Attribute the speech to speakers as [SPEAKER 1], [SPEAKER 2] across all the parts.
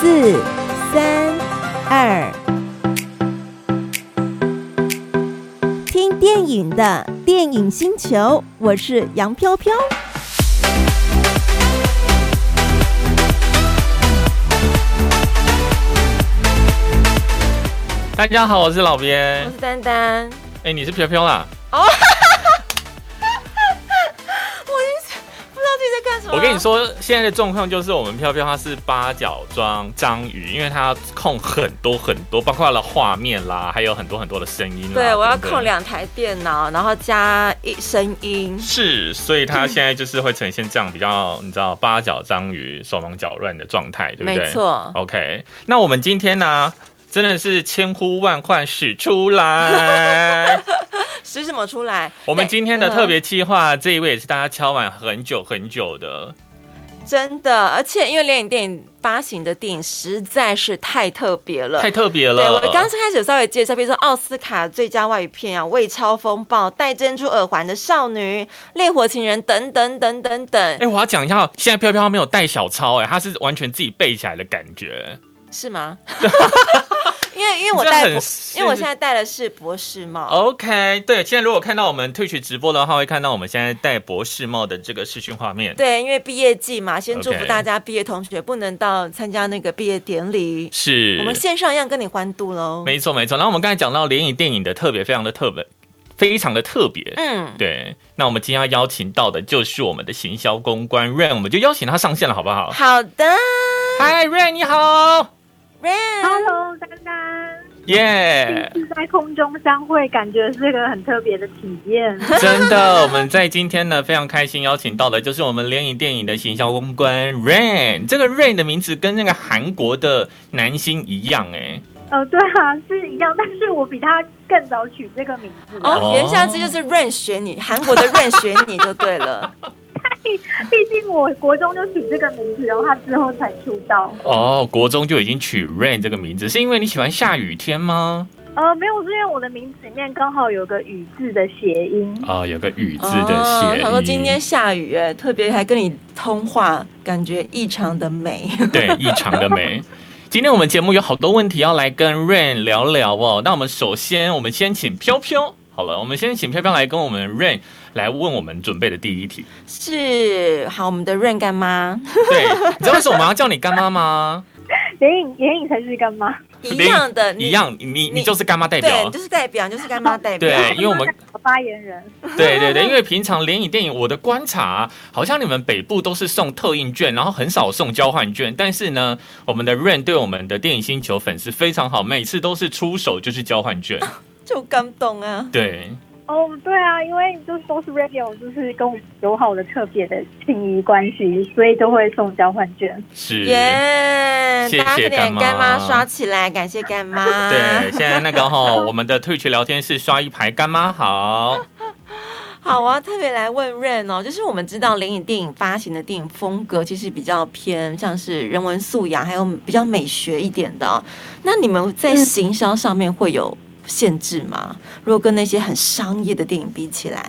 [SPEAKER 1] 四、三、二。听电影的电影星球，我是杨飘飘。
[SPEAKER 2] 大家好，我是老边
[SPEAKER 3] 我。是丹丹，
[SPEAKER 2] 哎、你是飘飘啦？
[SPEAKER 3] 不知道自己在干什么。
[SPEAKER 2] 我跟你，说，现在的状况就是我们飘飘它是八角装章鱼，因为它控很多很多，包括了画面啦，还有很多很多的声音啦。
[SPEAKER 3] 对我要
[SPEAKER 2] 等等
[SPEAKER 3] 控。两台电脑，然后加一声音。
[SPEAKER 2] 是，所以它现在就是会呈现这样比较，你知道八角章鱼手忙脚乱的状态，对不对？
[SPEAKER 3] 没错，
[SPEAKER 2] OK，那我们今天呢，真的是千呼万唤始出 来。
[SPEAKER 3] 使什么出来？
[SPEAKER 2] 我们
[SPEAKER 3] 对
[SPEAKER 2] 今天的特别计划，这一位也是大家敲碗很久很久的，
[SPEAKER 3] 真的，而且因为联影电影发行的电影实在是太特别了。
[SPEAKER 2] 太特别
[SPEAKER 3] 对，
[SPEAKER 2] 了。
[SPEAKER 3] 我刚开始有稍微介绍，比如说奥斯卡最佳外语片啊，《未超风暴》、《戴珍珠耳环的少女》、《烈火情人》等等等等
[SPEAKER 2] 哎、
[SPEAKER 3] 等，
[SPEAKER 2] 我要讲一下，现在飘飘没有带小抄、哎，她是完全自己背起来的感觉。
[SPEAKER 3] 是吗？ 因为因为我
[SPEAKER 2] 这
[SPEAKER 3] 戴
[SPEAKER 2] 很
[SPEAKER 3] 博，因为我现在戴的是博士帽。
[SPEAKER 2] OK，对，现在如果看到我们 Twitch 直播的话，会看到我们现在戴博士帽的这个视讯画面。
[SPEAKER 3] 对，因为毕业季嘛，先祝
[SPEAKER 2] OK
[SPEAKER 3] 福大家毕业同学不能到参加那个毕业典礼，
[SPEAKER 2] 是
[SPEAKER 3] 我们线上一样跟你欢度喽。
[SPEAKER 2] 没错没错。然后我们刚才讲到联影电影的特别，非常的特别，非常的特别。
[SPEAKER 3] 嗯，
[SPEAKER 2] 对，那我们今天要邀请到的就是我们的行销公关 Rain，我们就邀请他上线了，好不好？
[SPEAKER 3] 好的
[SPEAKER 2] 嗨，Rain 你好，
[SPEAKER 3] ，Ren，
[SPEAKER 4] Hello，丹丹，
[SPEAKER 2] 耶、
[SPEAKER 4] 第一次在空中相会，感觉是个很特别的体验。
[SPEAKER 2] 真的，我们在今天呢非常开心邀请到的就是我们联影电影的行销公关 Rain，这个 Rain 的名字跟那个韩国的男星一样哎、
[SPEAKER 4] 呃，对啊，是一样，但是我比他更早取这个名字，
[SPEAKER 3] 哦，言下之意就是 Ren 选你，韩国的 Ren 选你就对 了。
[SPEAKER 4] 毕竟我国中就取这个名字，然后他之后才出道。
[SPEAKER 2] 哦，国中就已经取 Rain 这个名字，是因为你喜欢下雨天吗？
[SPEAKER 4] 呃，没有，是因为我的名字里面刚好有个雨字的谐音。
[SPEAKER 2] 啊、有个雨字的
[SPEAKER 3] 哦，
[SPEAKER 2] 谐音。
[SPEAKER 3] 他说今天下雨，哎，特别还跟你通话，感觉异常的美。
[SPEAKER 2] 对，异常的美。今天我们节目有好多问题要来跟 Rain 聊聊哦。那我们首先，我们先请飘飘。好了，我们先请飘飘来跟我们 Rain 来问我们准备的第一题。
[SPEAKER 3] 是，好，我们的 Ren 干妈
[SPEAKER 2] 对，你知道为什么我们要叫你干妈吗？
[SPEAKER 4] 眼影，眼影才是干嘛？
[SPEAKER 3] 一样的，你
[SPEAKER 2] 一，样，你你
[SPEAKER 3] 你
[SPEAKER 2] 就是干妈代
[SPEAKER 3] 对，
[SPEAKER 2] 表
[SPEAKER 3] 你就。是代表，你就是干妈代表。
[SPEAKER 2] 对，因为我们
[SPEAKER 4] 发言人。
[SPEAKER 2] 对对对，因为平常联影电影，我的观察好像你们北部都是送特印券，然后很少送交换券。但是呢，我们的 Rain 对我们的电影星球粉丝非常好，每次都是出手就是交换券。
[SPEAKER 3] 就感动啊。
[SPEAKER 2] 对，
[SPEAKER 4] 哦，对啊，因为就是都是 radio，就是跟我们友好的特别的亲谊关系，所以都会送交换券。
[SPEAKER 2] 是。
[SPEAKER 3] 耶！
[SPEAKER 2] 谢
[SPEAKER 3] 大家
[SPEAKER 2] 谢
[SPEAKER 3] 快点
[SPEAKER 2] 干
[SPEAKER 3] 干
[SPEAKER 2] 妈
[SPEAKER 3] 妈刷起来，感谢干妈。
[SPEAKER 2] 对，，现在那个哈，我们的 Twitch 聊天室刷一排干妈好，
[SPEAKER 3] 好，我要特别来问 Rain 哦，就是我们知道灵影电影发行的电影风格其实比较偏像是人文素养，还有比较美学一点的哦、那你们在行销上面会有限制吗？如果跟那些很商业的电影比起来，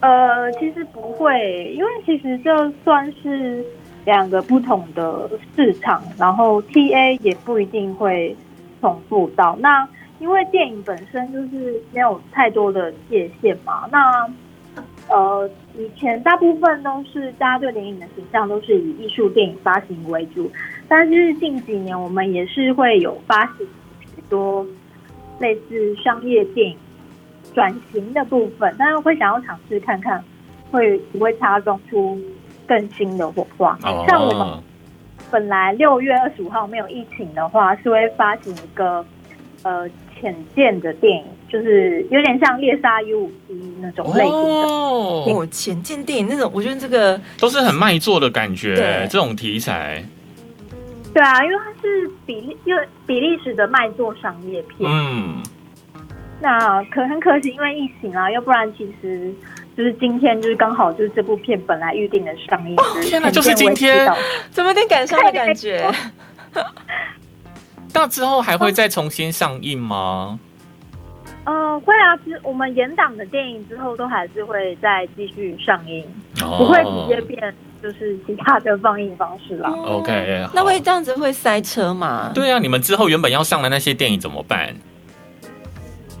[SPEAKER 4] 呃，其实不会，因为其实这算是两个不同的市场，然后 TA 也不一定会重复到。那因为电影本身就是没有太多的界限嘛，那呃，以前大部分都是大家对电影的形象都是以艺术电影发行为主，但是近几年我们也是会有发行许多类似商业电影转型的部分，但是会想要尝试看看会不会擦撞出更新的火花。像我们
[SPEAKER 2] 哦，
[SPEAKER 4] 本来六月二十五号没有疫情的话，是会发行一个呃浅见的电影，就是有点像猎杀 U 五一那种类型的。
[SPEAKER 2] 哦，
[SPEAKER 3] 哦，前进电影那种，我觉得这个
[SPEAKER 2] 都是很卖座的感觉，
[SPEAKER 3] 对
[SPEAKER 2] 这种题材，
[SPEAKER 4] 对啊，因为它是比利，因为比利时的卖座商业片。
[SPEAKER 2] 嗯，
[SPEAKER 4] 那可很可惜，因为疫情啊，要不然其实就是今天就是刚好就是这部片本来预定的上映日，
[SPEAKER 2] 哦天哪
[SPEAKER 4] 哪，
[SPEAKER 2] 就是今天
[SPEAKER 3] 怎么有点感伤的感 觉？
[SPEAKER 2] 那之后还会再重新上映吗？
[SPEAKER 4] 呃，会啊，其实我们延档的电影之后都还是会再继续上映，
[SPEAKER 2] 哦
[SPEAKER 4] 不会直接变就是其他的放映方式啦。
[SPEAKER 2] 哦 OK，好
[SPEAKER 3] 嗯那会这样子会塞车吗？
[SPEAKER 2] 对啊，你们之后原本要上的那些电影怎么办？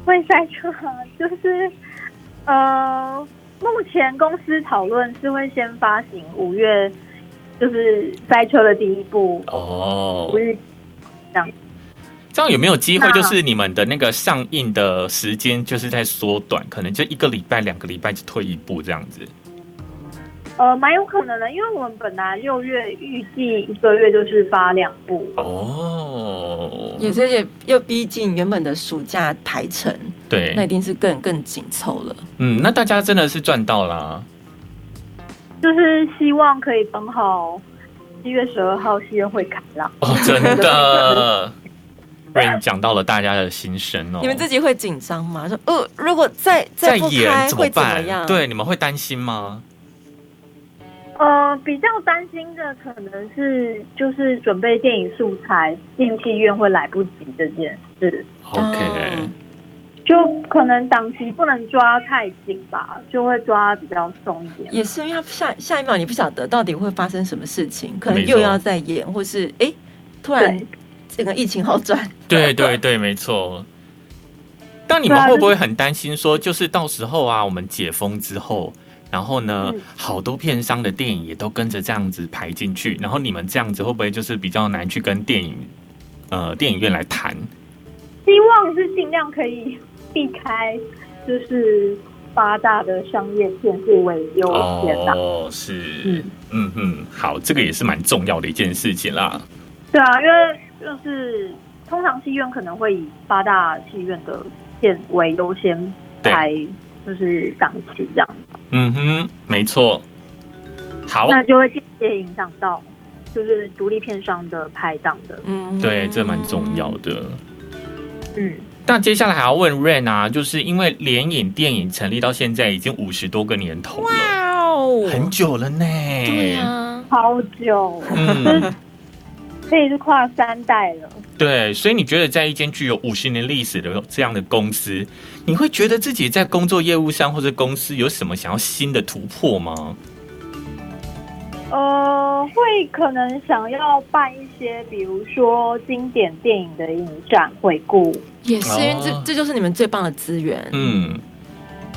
[SPEAKER 4] 会塞车啊，就是呃，目前公司讨论是会先发行五月，就是塞车的第一部
[SPEAKER 2] 哦
[SPEAKER 4] 五，日
[SPEAKER 2] 这样有没有机会
[SPEAKER 4] 那
[SPEAKER 2] 就是你们的那个上映的时间就是在缩短，可能就一个礼拜、两个礼拜就退一步这样子？
[SPEAKER 4] 呃，蛮有可能的，因为我们本来六月预计一个月就是发两部，
[SPEAKER 2] 哦，
[SPEAKER 3] 也是也又逼近原本的暑假排程，
[SPEAKER 2] 对
[SPEAKER 3] 那一，定是更更紧凑了。
[SPEAKER 2] 嗯，那大家真的是赚到啦。
[SPEAKER 4] 就是希望可以等好七月十二号戏院会开啦。
[SPEAKER 2] 哦，真的。Rain 讲到了大家的心声哦，
[SPEAKER 3] 你们自己会紧张吗？说呃，如果再
[SPEAKER 2] 在
[SPEAKER 3] 不
[SPEAKER 2] 演
[SPEAKER 3] 开
[SPEAKER 2] 怎么
[SPEAKER 3] 会怎么
[SPEAKER 2] 办？
[SPEAKER 3] 样？，
[SPEAKER 2] 对，你们会担心吗？
[SPEAKER 4] 呃，比较担心的可能是就是准备电影素材进戏院会来不及这件事，
[SPEAKER 3] 哦
[SPEAKER 2] OK，、
[SPEAKER 4] 就可能档期不能抓太紧吧，就会抓比较松一点。
[SPEAKER 3] 也是因为下下一秒你不晓得到底会发生什么事情，可
[SPEAKER 2] 没
[SPEAKER 3] 能
[SPEAKER 2] 错
[SPEAKER 3] 又要再演，或是哎、突然
[SPEAKER 4] 对
[SPEAKER 3] 这个疫情好 转，
[SPEAKER 2] 对对对，没错。但你们会不会很担心说，就是到时候啊，我们解封之后，然后呢
[SPEAKER 4] 嗯，
[SPEAKER 2] 好多片商的电影也都跟着这样子排进去，然后你们这样子会不会就是比较难去跟电影呃电影院来谈？
[SPEAKER 4] 希望是尽量可以避开，就是八大的商业片作为优先啦。
[SPEAKER 2] 哦，是
[SPEAKER 4] 嗯，
[SPEAKER 2] 嗯嗯，好，这个也是蛮重要的一件事情啦。
[SPEAKER 4] 对啊，因为就是通常戏院可能会以八大戏院的片为优先
[SPEAKER 2] 对
[SPEAKER 4] 排，就是档期这样，
[SPEAKER 2] 嗯哼，没错。好，
[SPEAKER 4] 那就会间接影响到就是独立片商的排档的。
[SPEAKER 3] 嗯，
[SPEAKER 2] 对，这蛮重要的。
[SPEAKER 4] 嗯，
[SPEAKER 2] 那接下来还要问 Rain 啊，就是因为联影电影成立到现在已经五十多个年头了，
[SPEAKER 3] 哇哦，
[SPEAKER 2] 很久了呢。
[SPEAKER 3] 对啊，
[SPEAKER 4] 好久，
[SPEAKER 2] 嗯，
[SPEAKER 4] 可以是跨三代了。
[SPEAKER 2] 对，所以你觉得在一间具有五十年历史的这样的公司，你会觉得自己在工作业务上或者公司有什么想要新的突破吗？
[SPEAKER 4] 呃，会可能想要办一些，比如说经典电影的影展回顾。
[SPEAKER 3] 也是因为这
[SPEAKER 2] 哦
[SPEAKER 3] 这就是你们最棒的资源，
[SPEAKER 2] 嗯，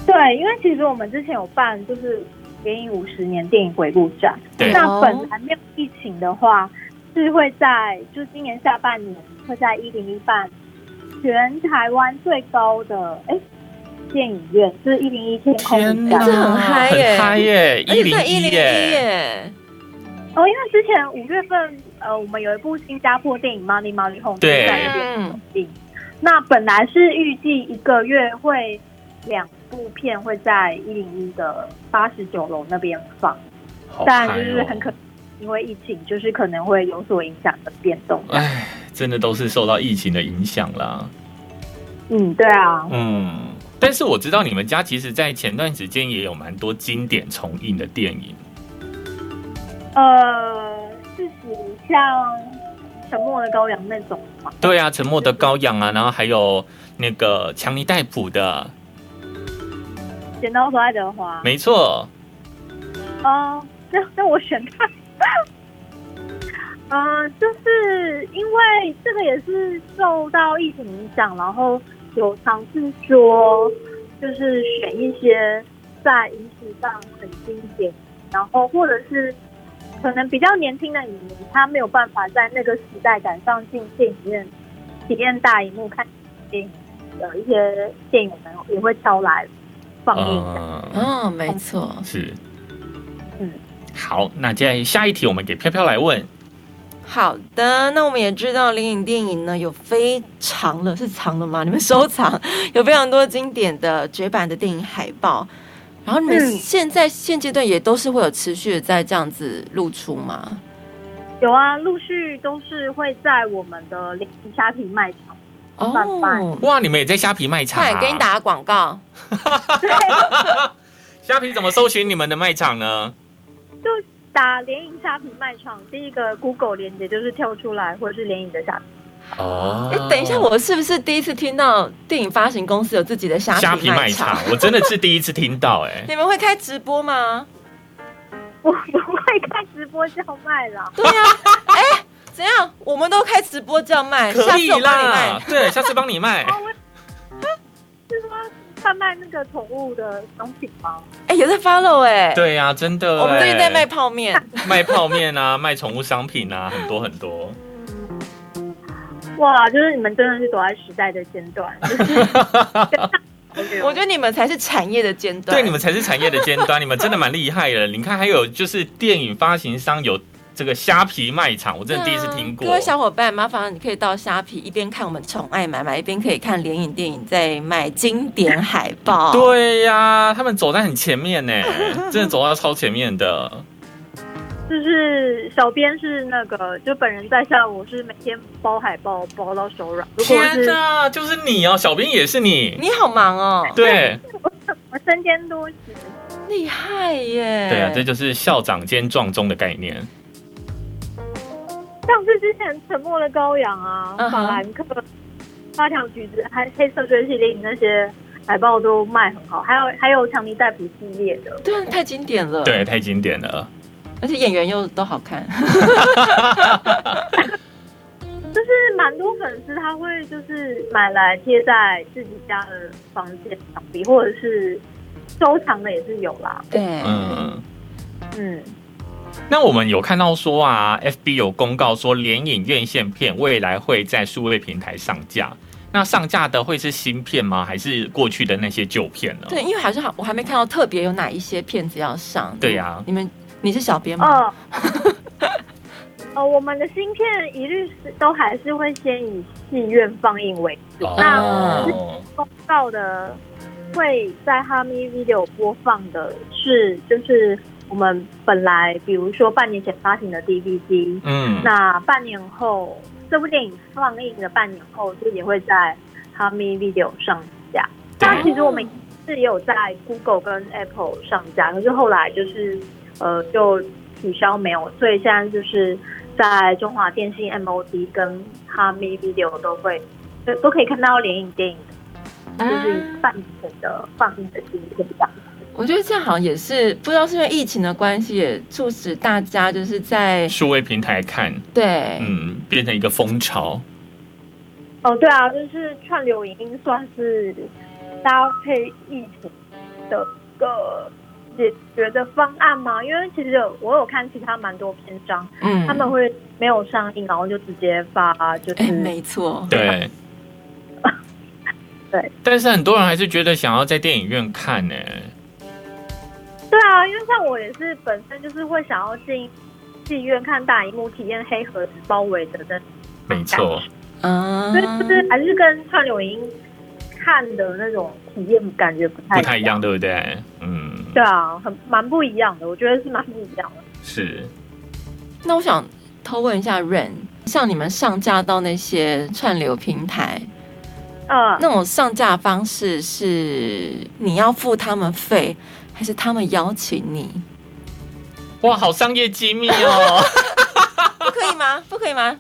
[SPEAKER 4] 对，因为其实我们之前有办就是联影五十年电影回顾展，
[SPEAKER 2] 对
[SPEAKER 4] 那本来没有疫情的话，是会在就今年下半年会在一零一办全台湾最高的哎电影院，就是一零一天空影展。
[SPEAKER 3] 这很嗨耶
[SPEAKER 2] 很嗨耶，
[SPEAKER 3] 而
[SPEAKER 2] 一
[SPEAKER 3] 且在
[SPEAKER 2] 零
[SPEAKER 3] 一
[SPEAKER 2] 一
[SPEAKER 3] 零一
[SPEAKER 2] 耶，
[SPEAKER 3] 耶，
[SPEAKER 4] 哦，因为之前五月份呃，我们有一部新加坡电影《Money Money Home》
[SPEAKER 2] 对
[SPEAKER 4] 在那边
[SPEAKER 3] 嗯，
[SPEAKER 4] 那本来是预计一个月会两部片会在一零一的八十九楼那边放，
[SPEAKER 2] 好
[SPEAKER 4] 但
[SPEAKER 2] 嗨
[SPEAKER 4] 就是
[SPEAKER 2] 哦
[SPEAKER 4] 很可能因为疫情，就是可能会有所影响的变动。
[SPEAKER 2] 唉，真的都是受到疫情的影响啦。
[SPEAKER 4] 嗯，对啊，
[SPEAKER 2] 嗯，但是我知道你们家其实，在前段时间也有蛮多经典重映的电影。
[SPEAKER 4] 呃，事实像《沉默的羔羊》那种嘛，
[SPEAKER 2] 对啊，《沉默的羔羊》啊，然后还有那个强尼戴普的，
[SPEAKER 4] 《剪刀手爱德华》
[SPEAKER 2] 没错，
[SPEAKER 4] 哦，那那我选它。呃，就是因为这个也是受到疫情影响，然后有尝试说，就是选一些在影史上很经典，然后或者是可能比较年轻的影迷，他没有办法在那个时代赶上进电影院体验大荧幕看电影的一些电影，我们也会挑来放映的。
[SPEAKER 2] 嗯，
[SPEAKER 3] 哦，没错，
[SPEAKER 2] 是，
[SPEAKER 4] 嗯，
[SPEAKER 2] 好，那接下来下一题我们给飘飘来问，
[SPEAKER 3] 好的，那我们也知道灵影电影呢有非常了，是藏了吗？你们收藏有非常多经典的绝版的电影海报，然后你们
[SPEAKER 4] 嗯
[SPEAKER 3] 现在、现阶段也都是会有持续的在这样子露出吗？
[SPEAKER 4] 有啊，陆续都是会在我们的零虾皮卖场。
[SPEAKER 2] 嗯
[SPEAKER 4] 慢慢
[SPEAKER 3] 哦，
[SPEAKER 2] 哇，你们也在虾皮卖场、
[SPEAKER 3] 快
[SPEAKER 2] 啊？
[SPEAKER 3] 点给你打个广告，
[SPEAKER 2] 虾皮怎么搜寻你们的卖场呢？
[SPEAKER 4] 打联营虾皮卖场，第一个 Google 连接就是跳出来，或者是联营的虾皮。
[SPEAKER 2] 哦
[SPEAKER 3] 哎、等一下，我是不是第一次听到电影发行公司有自己的虾
[SPEAKER 2] 虾皮
[SPEAKER 3] 卖
[SPEAKER 2] 卖场，我真的是第一次听到、哎，
[SPEAKER 3] 你们会开直播吗？
[SPEAKER 4] 我不会开直播叫卖啦。
[SPEAKER 3] 对啊， 哎、怎样？我们都开直播叫卖，下
[SPEAKER 2] 可
[SPEAKER 3] 次
[SPEAKER 2] 以
[SPEAKER 3] 我帮你
[SPEAKER 2] 啦
[SPEAKER 3] 卖。，
[SPEAKER 2] 对，下次帮你 卖。
[SPEAKER 4] 哦，我是说贩卖那个宠物的商品吗？
[SPEAKER 3] 哎、有在 follow 哎、
[SPEAKER 2] 对呀、真的欸。
[SPEAKER 3] 我们最近在卖泡面，
[SPEAKER 2] 卖泡面啊，卖宠物商品啊，很多很多。
[SPEAKER 4] 哇，就是你们真的是走在时代的尖端。
[SPEAKER 3] 我觉得你们才是产业的尖端。
[SPEAKER 2] 对，你们才是产业的尖端，你们真的蛮厉害的。你看，还有就是电影发行商有这个虾皮卖场，我真的第一次听过。
[SPEAKER 3] 嗯各位小伙伴，麻烦你可以到虾皮一边看我们宠爱买卖，一边可以看联影电影在卖经典海报。，
[SPEAKER 4] 啊
[SPEAKER 2] 对呀、他们走在很前面呢，真的走到超前面的。
[SPEAKER 4] 就是小编是那个，就本人在下，我是每天包海报包到手软。如果我是
[SPEAKER 2] 哪，就是你哦，小编也是你。
[SPEAKER 3] 你好忙哦，
[SPEAKER 2] 对
[SPEAKER 4] 我身兼多职，
[SPEAKER 3] 厉害耶！
[SPEAKER 2] 对啊，这就是校长兼撞钟的概念。
[SPEAKER 4] 像是之前《沉默的羔羊》啊，
[SPEAKER 3] 嗯哼
[SPEAKER 4] 《法兰克》、《八条橘子》还《黑色追击令》那些海报都卖很好，还有还有强尼戴普系列的。
[SPEAKER 3] 对啊，太经典了。，
[SPEAKER 2] 对，太经典了。
[SPEAKER 3] 而且演员又都好 看。
[SPEAKER 4] 就是蛮多粉丝他会就是买来贴在自己家的房间墙壁，或者是收藏的也是有啦。
[SPEAKER 3] 对，
[SPEAKER 2] 嗯，
[SPEAKER 4] 嗯，
[SPEAKER 2] 那我们有看到说啊，FB 有公告说联影院线片未来会在数位平台上架。那上架的会是新片吗？还是过去的那些旧片呢？
[SPEAKER 3] 对，因为好像我还没看到特别有哪一些片子要上。
[SPEAKER 2] 对呀
[SPEAKER 3] 你们你是小编吗？
[SPEAKER 4] 哦，呃，我们的芯片一律是都还是会先以戏院放映为主。那
[SPEAKER 2] 哦，
[SPEAKER 4] 公告的会在哈咪 Video 播放的是，就是我们本来比如说半年前发行的 DVD，
[SPEAKER 2] 嗯，
[SPEAKER 4] 那半年后这部电影放映的半年后，就也会在哈咪 Video 上架。
[SPEAKER 2] 对
[SPEAKER 4] 那其实我们是有在 Google 跟 Apple 上架，可是后来就是呃就取消没有，所以现在就是在中华电信 MOD 跟哈咪 Video 都会都都可以看到联影电影，啊哦就是半年前的放映的新片吧。
[SPEAKER 3] 我觉得这样好像也是不知道是因为疫情的关系，也促使大家就是在
[SPEAKER 2] 数位平台看，
[SPEAKER 3] 对，
[SPEAKER 2] 嗯，变成一个风潮。
[SPEAKER 4] 哦，对啊，就是串流影音算是搭配疫情的一个解决的方案吗？因为其实有我有看其他蛮多篇章，
[SPEAKER 3] 嗯
[SPEAKER 4] 他们会嗯没有上映，然后就直接发，就
[SPEAKER 3] 哎，
[SPEAKER 4] 是
[SPEAKER 3] 没错，
[SPEAKER 2] 对，
[SPEAKER 4] 对。
[SPEAKER 2] 但是很多人还是觉得想要在电影院看呢、
[SPEAKER 4] 对啊，因为像我也是本身就是会想要进戏院看大荧幕，体验黑盒子包围的那
[SPEAKER 2] 没错，
[SPEAKER 3] 啊
[SPEAKER 4] 所以就是还是跟串流影音看的那种体验感觉不太
[SPEAKER 2] 不太一。样，对不对？嗯，
[SPEAKER 4] 对啊，很蛮不一样的，我觉得是蛮不一样的。
[SPEAKER 2] 是。
[SPEAKER 3] 那我想偷问一下 Rain，像你们上架到那些串流平台，
[SPEAKER 4] 嗯，
[SPEAKER 3] 那种上架方式是你要付他们费，还是他们邀请你？
[SPEAKER 2] 哇，好商业机密哦！
[SPEAKER 3] 不可以吗？ 不可以吗？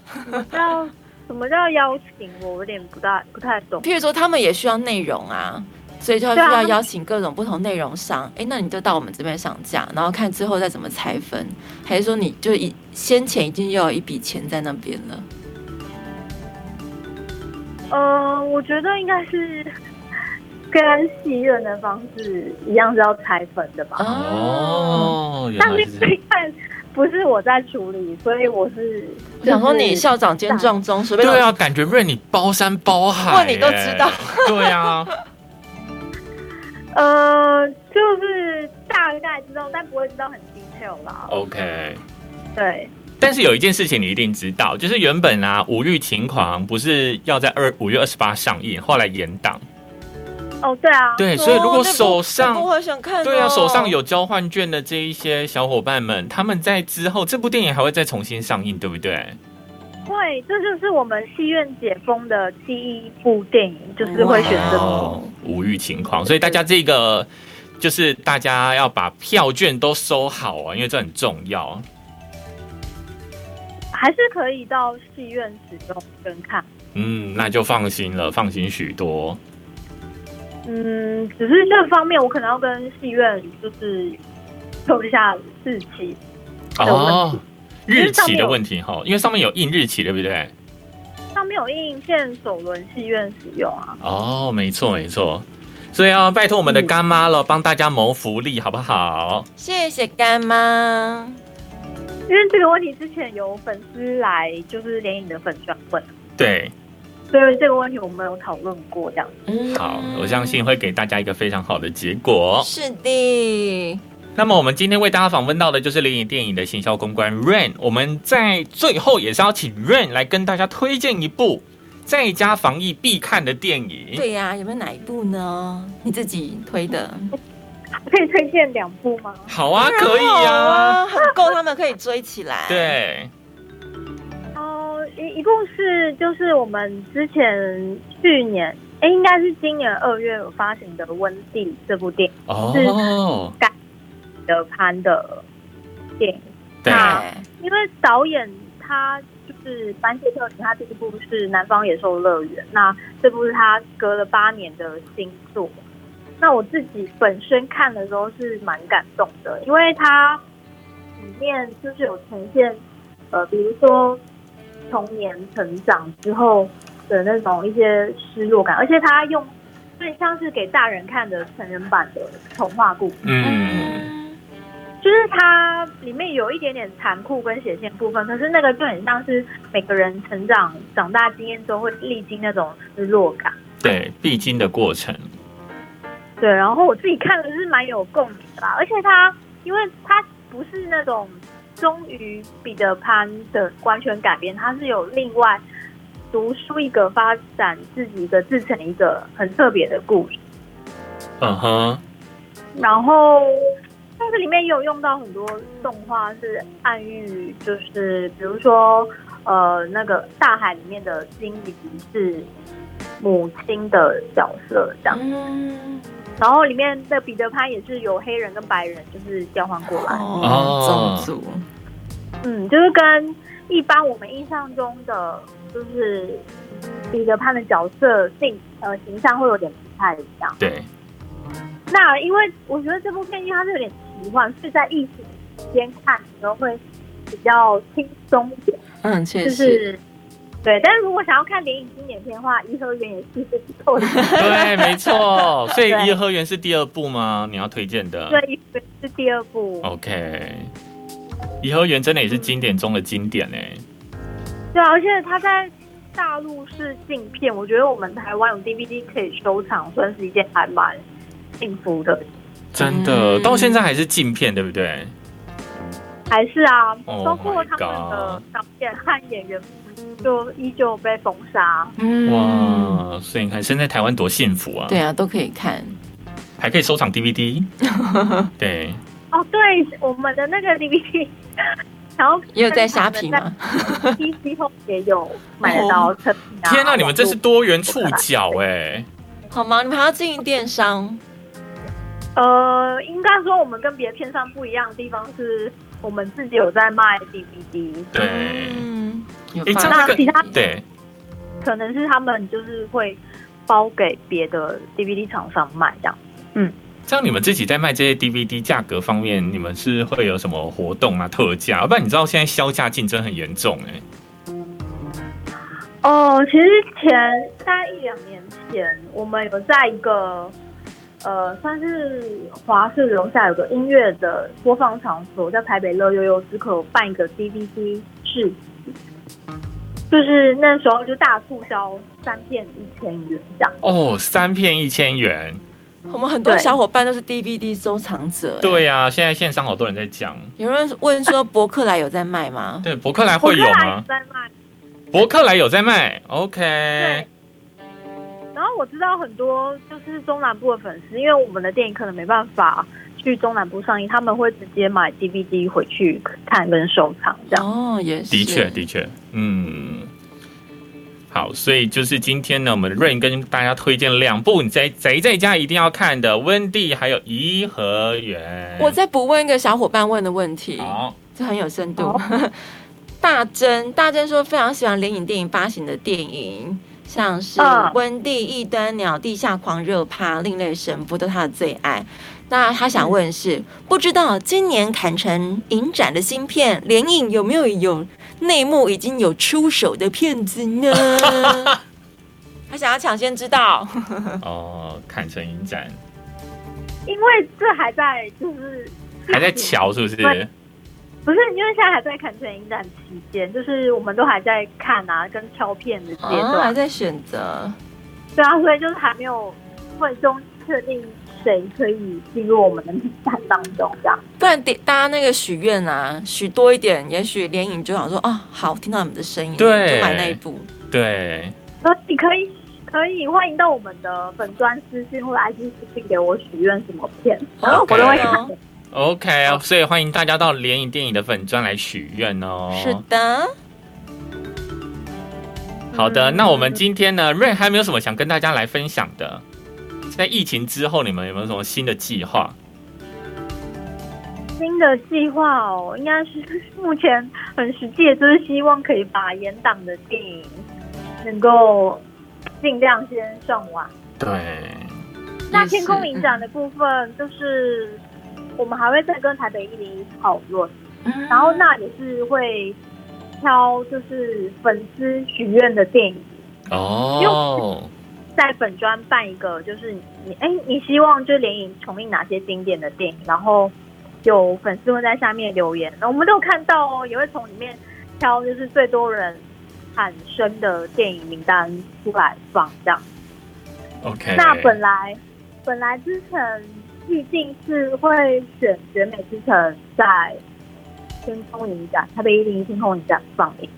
[SPEAKER 4] 叫什么叫邀请我？我有点不大不太懂。
[SPEAKER 3] 譬如说，他们也需要内容啊，所以就要需
[SPEAKER 4] 对啊
[SPEAKER 3] 要邀请各种不同内容上。哎、那你就到我们这边上架，然后看之后再怎么拆分，还是说你就以先前已经有一笔钱在那边了？
[SPEAKER 4] 呃，我觉得应该是跟戏院的方式一样是要拆分的吧。
[SPEAKER 3] 哦，
[SPEAKER 2] 哦，原
[SPEAKER 4] 但
[SPEAKER 2] 来
[SPEAKER 4] 是
[SPEAKER 2] 是这样。
[SPEAKER 4] 这看不是我在处理，所以我是
[SPEAKER 3] 我想说你
[SPEAKER 4] 就是
[SPEAKER 3] 校长兼撞钟，随便
[SPEAKER 2] 对啊，感觉瑞你包山包海、
[SPEAKER 3] 哇你都知道。
[SPEAKER 2] 对啊，
[SPEAKER 4] 呃，就是大概知道，但不会知道很 detail 啦。
[SPEAKER 2] 哦 OK。
[SPEAKER 4] 对，
[SPEAKER 2] 但是有一件事情你一定知道，就是原本啊《五欲情狂》不是要在二五月二十八上映，后来延档。
[SPEAKER 4] 哦，对啊，
[SPEAKER 2] 对，所以如
[SPEAKER 3] 哦
[SPEAKER 2] 果
[SPEAKER 3] 那部
[SPEAKER 2] 手
[SPEAKER 3] 那
[SPEAKER 2] 上
[SPEAKER 3] 部我很想看、哦
[SPEAKER 2] 对啊，手上。有交换券的这一些小伙伴们，他们在之后这部电影还会再重新上映，对不对？
[SPEAKER 4] 会，这就是我们戏院解封的第一部电影，就是会选择
[SPEAKER 3] 哇
[SPEAKER 2] 哦，无欲情况，所以大家这个就是大家要把票券都收好啊，因为这很重要。
[SPEAKER 4] 还是可以到戏院使用跟看。
[SPEAKER 2] 嗯，那就放心了，放心许多。
[SPEAKER 4] 嗯，只是这方面我可能要跟戏院就是做一下日期。
[SPEAKER 2] 哦，
[SPEAKER 4] 为
[SPEAKER 2] 日
[SPEAKER 4] 上
[SPEAKER 2] 期
[SPEAKER 4] 面
[SPEAKER 2] 的
[SPEAKER 4] 有
[SPEAKER 2] 问题哈，因为上面有印日期，对不对？
[SPEAKER 4] 上面有印现首轮戏院使用啊。
[SPEAKER 2] 哦，没错没错，所以要拜托我们的
[SPEAKER 4] 嗯
[SPEAKER 2] 干妈了，帮大家谋福利，好不好？
[SPEAKER 3] 谢谢干妈。
[SPEAKER 4] 因为这个问题之前有粉丝来就是联影的粉专问，
[SPEAKER 2] 对，
[SPEAKER 4] 所以这个问题我们有讨论过这样。
[SPEAKER 3] 嗯
[SPEAKER 2] 好，我相信会给大家一个非常好的结果。
[SPEAKER 3] 是的。
[SPEAKER 2] 那么我们今天为大家访问到的就是联影电影的行销公关 Rain，我们在最后也是要请 Rain 来跟大家推荐一部在家防疫必看的电影。
[SPEAKER 3] 对呀、有没有哪一部呢？你自己推的？
[SPEAKER 4] 可以推荐两部吗？
[SPEAKER 2] 好啊，可以
[SPEAKER 3] 好
[SPEAKER 2] 啊，
[SPEAKER 3] 啊，很够他们可以追起来。，
[SPEAKER 2] 对，
[SPEAKER 4] 哦，一一共是就是我们之前去年，哎，应该是今年二月有发行的《温蒂》这部电影
[SPEAKER 2] 哦，
[SPEAKER 4] 的潘的电影，
[SPEAKER 2] 对，
[SPEAKER 3] 对，
[SPEAKER 4] 因为导演他就是班谢特尼，他第一部是《南方野兽乐园》，那这部是他隔了八年的新作。那我自己本身看的时候是蛮感动的，因为它里面就是有呈现，呃，比如说童年成长之后的那种一些失落感，而且他用更像是给大人看的成人版的童话故事。
[SPEAKER 2] 嗯，
[SPEAKER 4] 就是它里面有一点点残酷跟血腥部分，可是那个就很像是每个人成长长大经验中会历经那种失落感。
[SPEAKER 2] 对，必经的过程，
[SPEAKER 4] 对，然后我自己看的是蛮有共鸣的吧，而且它因为它不是那种忠于彼得潘的完全改编，它是有另外读书一个发展自己的自成一个很特别的故事。
[SPEAKER 2] 嗯哼，
[SPEAKER 4] 然后，但是里面也有用到很多动画，是暗喻，就是比如说，呃，那个大海里面的鲸鱼是母亲的角色这样，
[SPEAKER 3] 嗯，
[SPEAKER 4] 然后里面的彼得潘也是有黑人跟白人就是交换过来，
[SPEAKER 2] 哦
[SPEAKER 3] 哦，种族，
[SPEAKER 4] 嗯，就是跟一般我们印象中的就是彼得潘的角色定呃形象会有点不太一样。
[SPEAKER 2] 对，
[SPEAKER 4] 那因为我觉得这部片因为它是有点奇幻，是在疫情期间看的时候会比较轻松一点，
[SPEAKER 3] 嗯，确
[SPEAKER 4] 就
[SPEAKER 3] 实，
[SPEAKER 4] 是对。但是如果想要看电影经典片的话，《颐和园》也是 不错的，
[SPEAKER 2] 对，没错。所以
[SPEAKER 4] 对
[SPEAKER 2] 颐和园是第二部吗？你要推荐的？
[SPEAKER 4] 对，《颐和园》是第二部，
[SPEAKER 3] 哦
[SPEAKER 2] ，OK。颐和园真的也是经典中的经典哎、
[SPEAKER 4] 对啊，而且它在大陆是禁片，我觉得我们台湾有 DVD 可以收藏，算是一件还蛮幸福的。
[SPEAKER 2] 真的，
[SPEAKER 3] 嗯
[SPEAKER 2] 到现在还是禁片，对不对？
[SPEAKER 4] 还是啊，
[SPEAKER 2] Oh
[SPEAKER 4] 包括他们
[SPEAKER 2] my
[SPEAKER 4] 的导演和演员，就依旧被封杀。
[SPEAKER 3] 嗯，
[SPEAKER 2] 哇，所以你看现在台湾多幸福啊！
[SPEAKER 3] 对，啊，都可以看。
[SPEAKER 2] 还可以收藏 DVD。对，
[SPEAKER 4] 哦，对，我们的那个 DVD，然后
[SPEAKER 3] 也有在虾皮吗？
[SPEAKER 4] ？PC 后也有买得到成品啊。
[SPEAKER 2] 天哪、你们真是多元触角哎、
[SPEAKER 3] 好吗？你们还要经营电商，
[SPEAKER 4] 呃，应该说我们跟别的片商不一样的地方是，我们自己有在卖 DVD，
[SPEAKER 2] 对，
[SPEAKER 3] 嗯，有
[SPEAKER 2] 诶这样
[SPEAKER 3] 发
[SPEAKER 2] 那
[SPEAKER 4] 那
[SPEAKER 2] 个
[SPEAKER 4] 其他
[SPEAKER 2] 对，
[SPEAKER 4] 可能是他们就是会包给别的 DVD 厂商卖这样。
[SPEAKER 2] 这样你们自己在卖这些 DVD 价格方面，你们是会有什么活动啊、特价？要不然你知道现在销价竞争很严重哎、
[SPEAKER 4] 哦，其实前大概一两年前，我们有在一个呃，算是华视楼下有个音乐的播放场所，在台北乐悠悠只可办一个 DVD 市集，就是那时候就大促销三片一千元这样。
[SPEAKER 2] 哦，三片一千元。
[SPEAKER 3] 我们很多
[SPEAKER 4] 对
[SPEAKER 3] 小伙伴都是 DVD 收藏者。哎，
[SPEAKER 2] 对呀、现在线上好多人在讲。
[SPEAKER 3] 有人问说伯克莱有在卖吗？
[SPEAKER 2] 对，博客来
[SPEAKER 4] 我
[SPEAKER 2] 会有
[SPEAKER 4] 后来
[SPEAKER 2] 吗？
[SPEAKER 4] 在卖，
[SPEAKER 2] 博客来有在卖，OK
[SPEAKER 4] 对。然后我知道很多就是中南部的粉丝，因为我们的电影可能没办法去中南部上映，他们会直接买 DVD 回去看跟收藏这样。
[SPEAKER 3] 哦，也是，
[SPEAKER 2] 的确，的确，嗯。好，所以就是今天呢，我们 Rain 跟大家推荐两部你在宅在家一定要看的《温蒂》还有《颐和园》。
[SPEAKER 3] 我再补问一个小伙伴问的问题。
[SPEAKER 2] 好，
[SPEAKER 3] 这很有深 度。大真，大真说非常喜欢联影电影发行的电影，像是
[SPEAKER 4] 嗯
[SPEAKER 3] 温蒂、异端鸟、地下狂热趴、另类神父都是他的最爱。那他想问的是，不知道今年坎城影展的新片《联影》有没有有内幕已经有出手的骗子呢？他想要抢先知道，
[SPEAKER 2] 哦，看成影展
[SPEAKER 4] 因为这还在就是
[SPEAKER 2] 还在瞧是不是
[SPEAKER 4] 对？不是因为现在还在坎城影展期间，就是我们都还在看啊，跟挑片的阶
[SPEAKER 3] 啊，还
[SPEAKER 4] 段，
[SPEAKER 3] 在选择。
[SPEAKER 4] 对啊，所以就是还没有最终确定谁可以进入我们的名单当中这样。
[SPEAKER 3] 不然点大家那个许愿啊，许多一点，也许联影就想说啊，好，听到你们的声音，
[SPEAKER 2] 对
[SPEAKER 3] 就买那一部。
[SPEAKER 2] 对，
[SPEAKER 4] 所以可以可以欢迎到我们的粉专私信或者 IG 私信给我许愿什么片，然后我都会看的。
[SPEAKER 2] OK，、所以欢迎大家到联影电影的粉专来许愿哦。
[SPEAKER 3] 是的，
[SPEAKER 2] 好的，
[SPEAKER 4] 嗯
[SPEAKER 2] 那我们今天呢，瑞还没有什么想跟大家来分享的。在疫情之后，你们有没有什么新的计划？
[SPEAKER 4] 新的计划哦，应该是目前很实际的，就是希望可以把严档的电影能够尽量先上完。
[SPEAKER 2] 对，
[SPEAKER 4] 那
[SPEAKER 3] 也是
[SPEAKER 4] 天空影展的部分，就是我们还会再跟台北一零一讨论，
[SPEAKER 3] 嗯
[SPEAKER 4] 然后那也是会挑就是粉丝许愿的电影，
[SPEAKER 2] 哦，
[SPEAKER 4] 在粉专办一个，就是你哎，你希望就联影重映哪些经典的电影，然后有粉丝会在下面留言，我们都有看到哦，也会从里面挑就是最多人喊声的电影名单出来放这样。
[SPEAKER 2] OK，
[SPEAKER 4] 那本来本来之前预定是会选绝美之城在天空影展，台北一零一天空影展放映，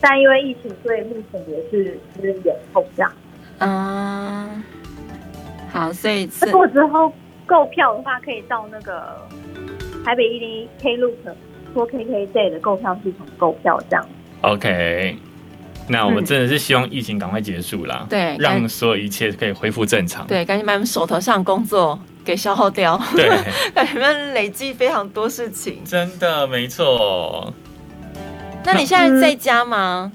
[SPEAKER 4] 但因为疫情，所以目前也是就是延后这样。
[SPEAKER 3] 嗯，好，所以是
[SPEAKER 4] 如果之后购票的话，可以到那个台北一零一 Klook 或 KKday 的购票系统购票这样。
[SPEAKER 2] OK，那我们
[SPEAKER 3] 嗯
[SPEAKER 2] 真的是希望疫情赶快结束啦，
[SPEAKER 3] 对
[SPEAKER 2] 让
[SPEAKER 3] 赶
[SPEAKER 2] 所有一切可以恢复正常。
[SPEAKER 3] 对，赶紧把你们手头上的工作给消耗掉，
[SPEAKER 2] 对，
[SPEAKER 3] 感觉你们累积非常多事情。
[SPEAKER 2] 真的没错。
[SPEAKER 3] 那你现在在家吗？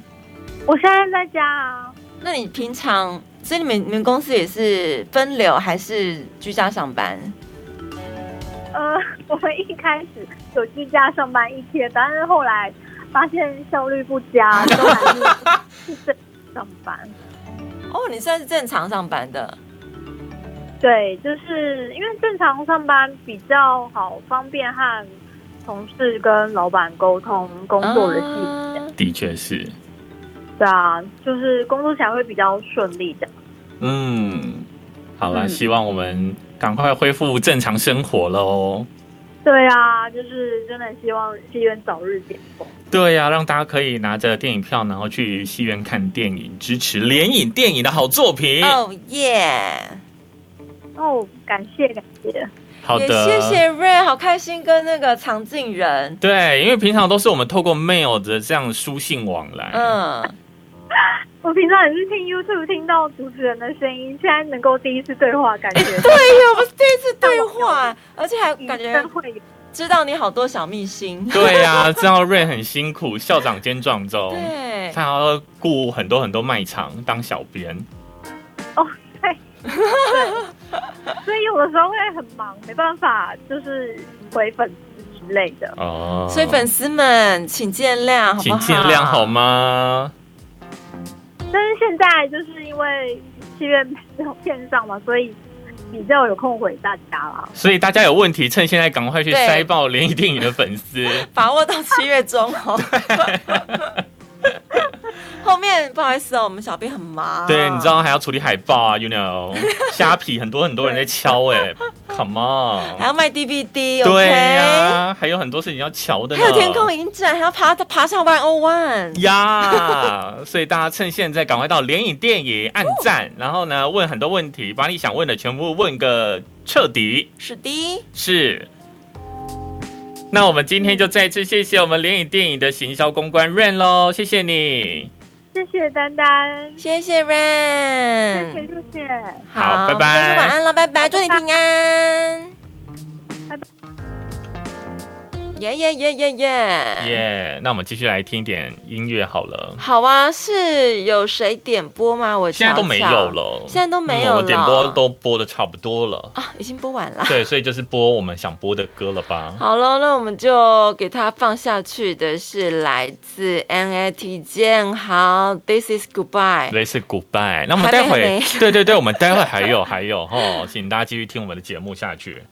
[SPEAKER 4] 我现在在家啊，
[SPEAKER 3] 嗯那你平常，所以你们你们公司也是分流还是居家上班？
[SPEAKER 4] 呃， 我们一开始有居家上班一天，但是后来发现效率不佳，都还是是正常上班。
[SPEAKER 3] 哦，你算是正常上班的，
[SPEAKER 4] 对，就是因为正常上班比较好，方便和同事跟老板沟通
[SPEAKER 3] 哦
[SPEAKER 4] 工作的细节。
[SPEAKER 3] 啊
[SPEAKER 2] 的确是，
[SPEAKER 4] 对啊，就是工作起来会比较顺利的。
[SPEAKER 2] 嗯，好啦，
[SPEAKER 4] 嗯
[SPEAKER 2] 希望我们赶快恢复正常生活喽。
[SPEAKER 4] 对啊，就是真的希望戏院早日解封。
[SPEAKER 2] 对呀、让大家可以拿着电影票，然后去戏院看电影，支持联影电影的好作品。
[SPEAKER 3] 哦耶！
[SPEAKER 4] 哦，感谢感谢，
[SPEAKER 2] 好
[SPEAKER 3] 也
[SPEAKER 2] 的，
[SPEAKER 3] 谢谢 Ray，好开心跟那个常静人，
[SPEAKER 2] 对，因为平常都是我们透过 mail 的这样书信往来。
[SPEAKER 3] 嗯，
[SPEAKER 4] 我平常也是听 YouTube 听到主持人的声音，现在能够第一次对话， 感觉
[SPEAKER 3] 哎呦，我们第一次对话，而且还感觉
[SPEAKER 4] 真会有。
[SPEAKER 3] 知道你好多小秘辛，
[SPEAKER 2] 对呀、 知道瑞很辛苦，校长兼壮中，
[SPEAKER 3] 对，
[SPEAKER 2] 他要雇很多很多卖场当小编。
[SPEAKER 4] 所以有的时候会很忙，没办法，就是回粉丝之类的。
[SPEAKER 2] 哦，
[SPEAKER 3] 所以粉丝们请见谅，好不好？
[SPEAKER 2] 请见谅好？吗？
[SPEAKER 4] 但是现在就是因为戏院没有片上嘛，所以比较有空回大家啦。
[SPEAKER 2] 所以大家有问题，趁现在赶快去
[SPEAKER 3] 对
[SPEAKER 2] 塞爆联谊电影的粉丝。
[SPEAKER 3] 把握到七月中 哦。 后面不好意思哦，我们小编很忙。
[SPEAKER 2] 对，你知道还要处理海报啊，you know，虾皮很多很多人在敲哎、c o m
[SPEAKER 3] 还
[SPEAKER 2] e on。
[SPEAKER 3] 要卖 DVD，
[SPEAKER 2] 对呀、
[SPEAKER 3] OK
[SPEAKER 2] 还有很多事情要瞧的呢。
[SPEAKER 3] 还有天空影展，还要爬爬上 One O One。
[SPEAKER 2] 呀所以大家趁现在赶快到联影电影按 赞，然后呢问很多问题，把你想问的全部问个彻底。
[SPEAKER 3] 是的，
[SPEAKER 2] 是。那我们今天就再次谢谢我们联影电影的行销公关 Rain 喽，谢谢你。
[SPEAKER 4] 谢谢丹丹，
[SPEAKER 3] 谢谢 Rain，
[SPEAKER 4] 谢谢谢谢。
[SPEAKER 2] 好拜拜
[SPEAKER 3] 大家晚安了，拜拜，祝你平安。耶耶耶耶耶！
[SPEAKER 2] 耶、那我们继续来听点音乐好了。
[SPEAKER 3] 好啊，是有谁点播吗？我
[SPEAKER 2] 现在都没有
[SPEAKER 3] 瞧瞧，
[SPEAKER 2] 了，
[SPEAKER 3] 现在都没
[SPEAKER 2] 嗯
[SPEAKER 3] 有了。
[SPEAKER 2] 我点播都播的差不多了
[SPEAKER 3] 啊，已经播完了。
[SPEAKER 2] 对，所以就是播我们想播的歌了吧？
[SPEAKER 3] 好了，那我们就给它放下去的是来自 NAT 建豪，This is Goodbye。
[SPEAKER 2] 类似 goodbye，那我们
[SPEAKER 3] 还没
[SPEAKER 2] 待
[SPEAKER 3] 还
[SPEAKER 2] 会
[SPEAKER 3] 没，
[SPEAKER 2] 对对对，我们待会还有还有哦，吼请大家继续听我们的节目下去。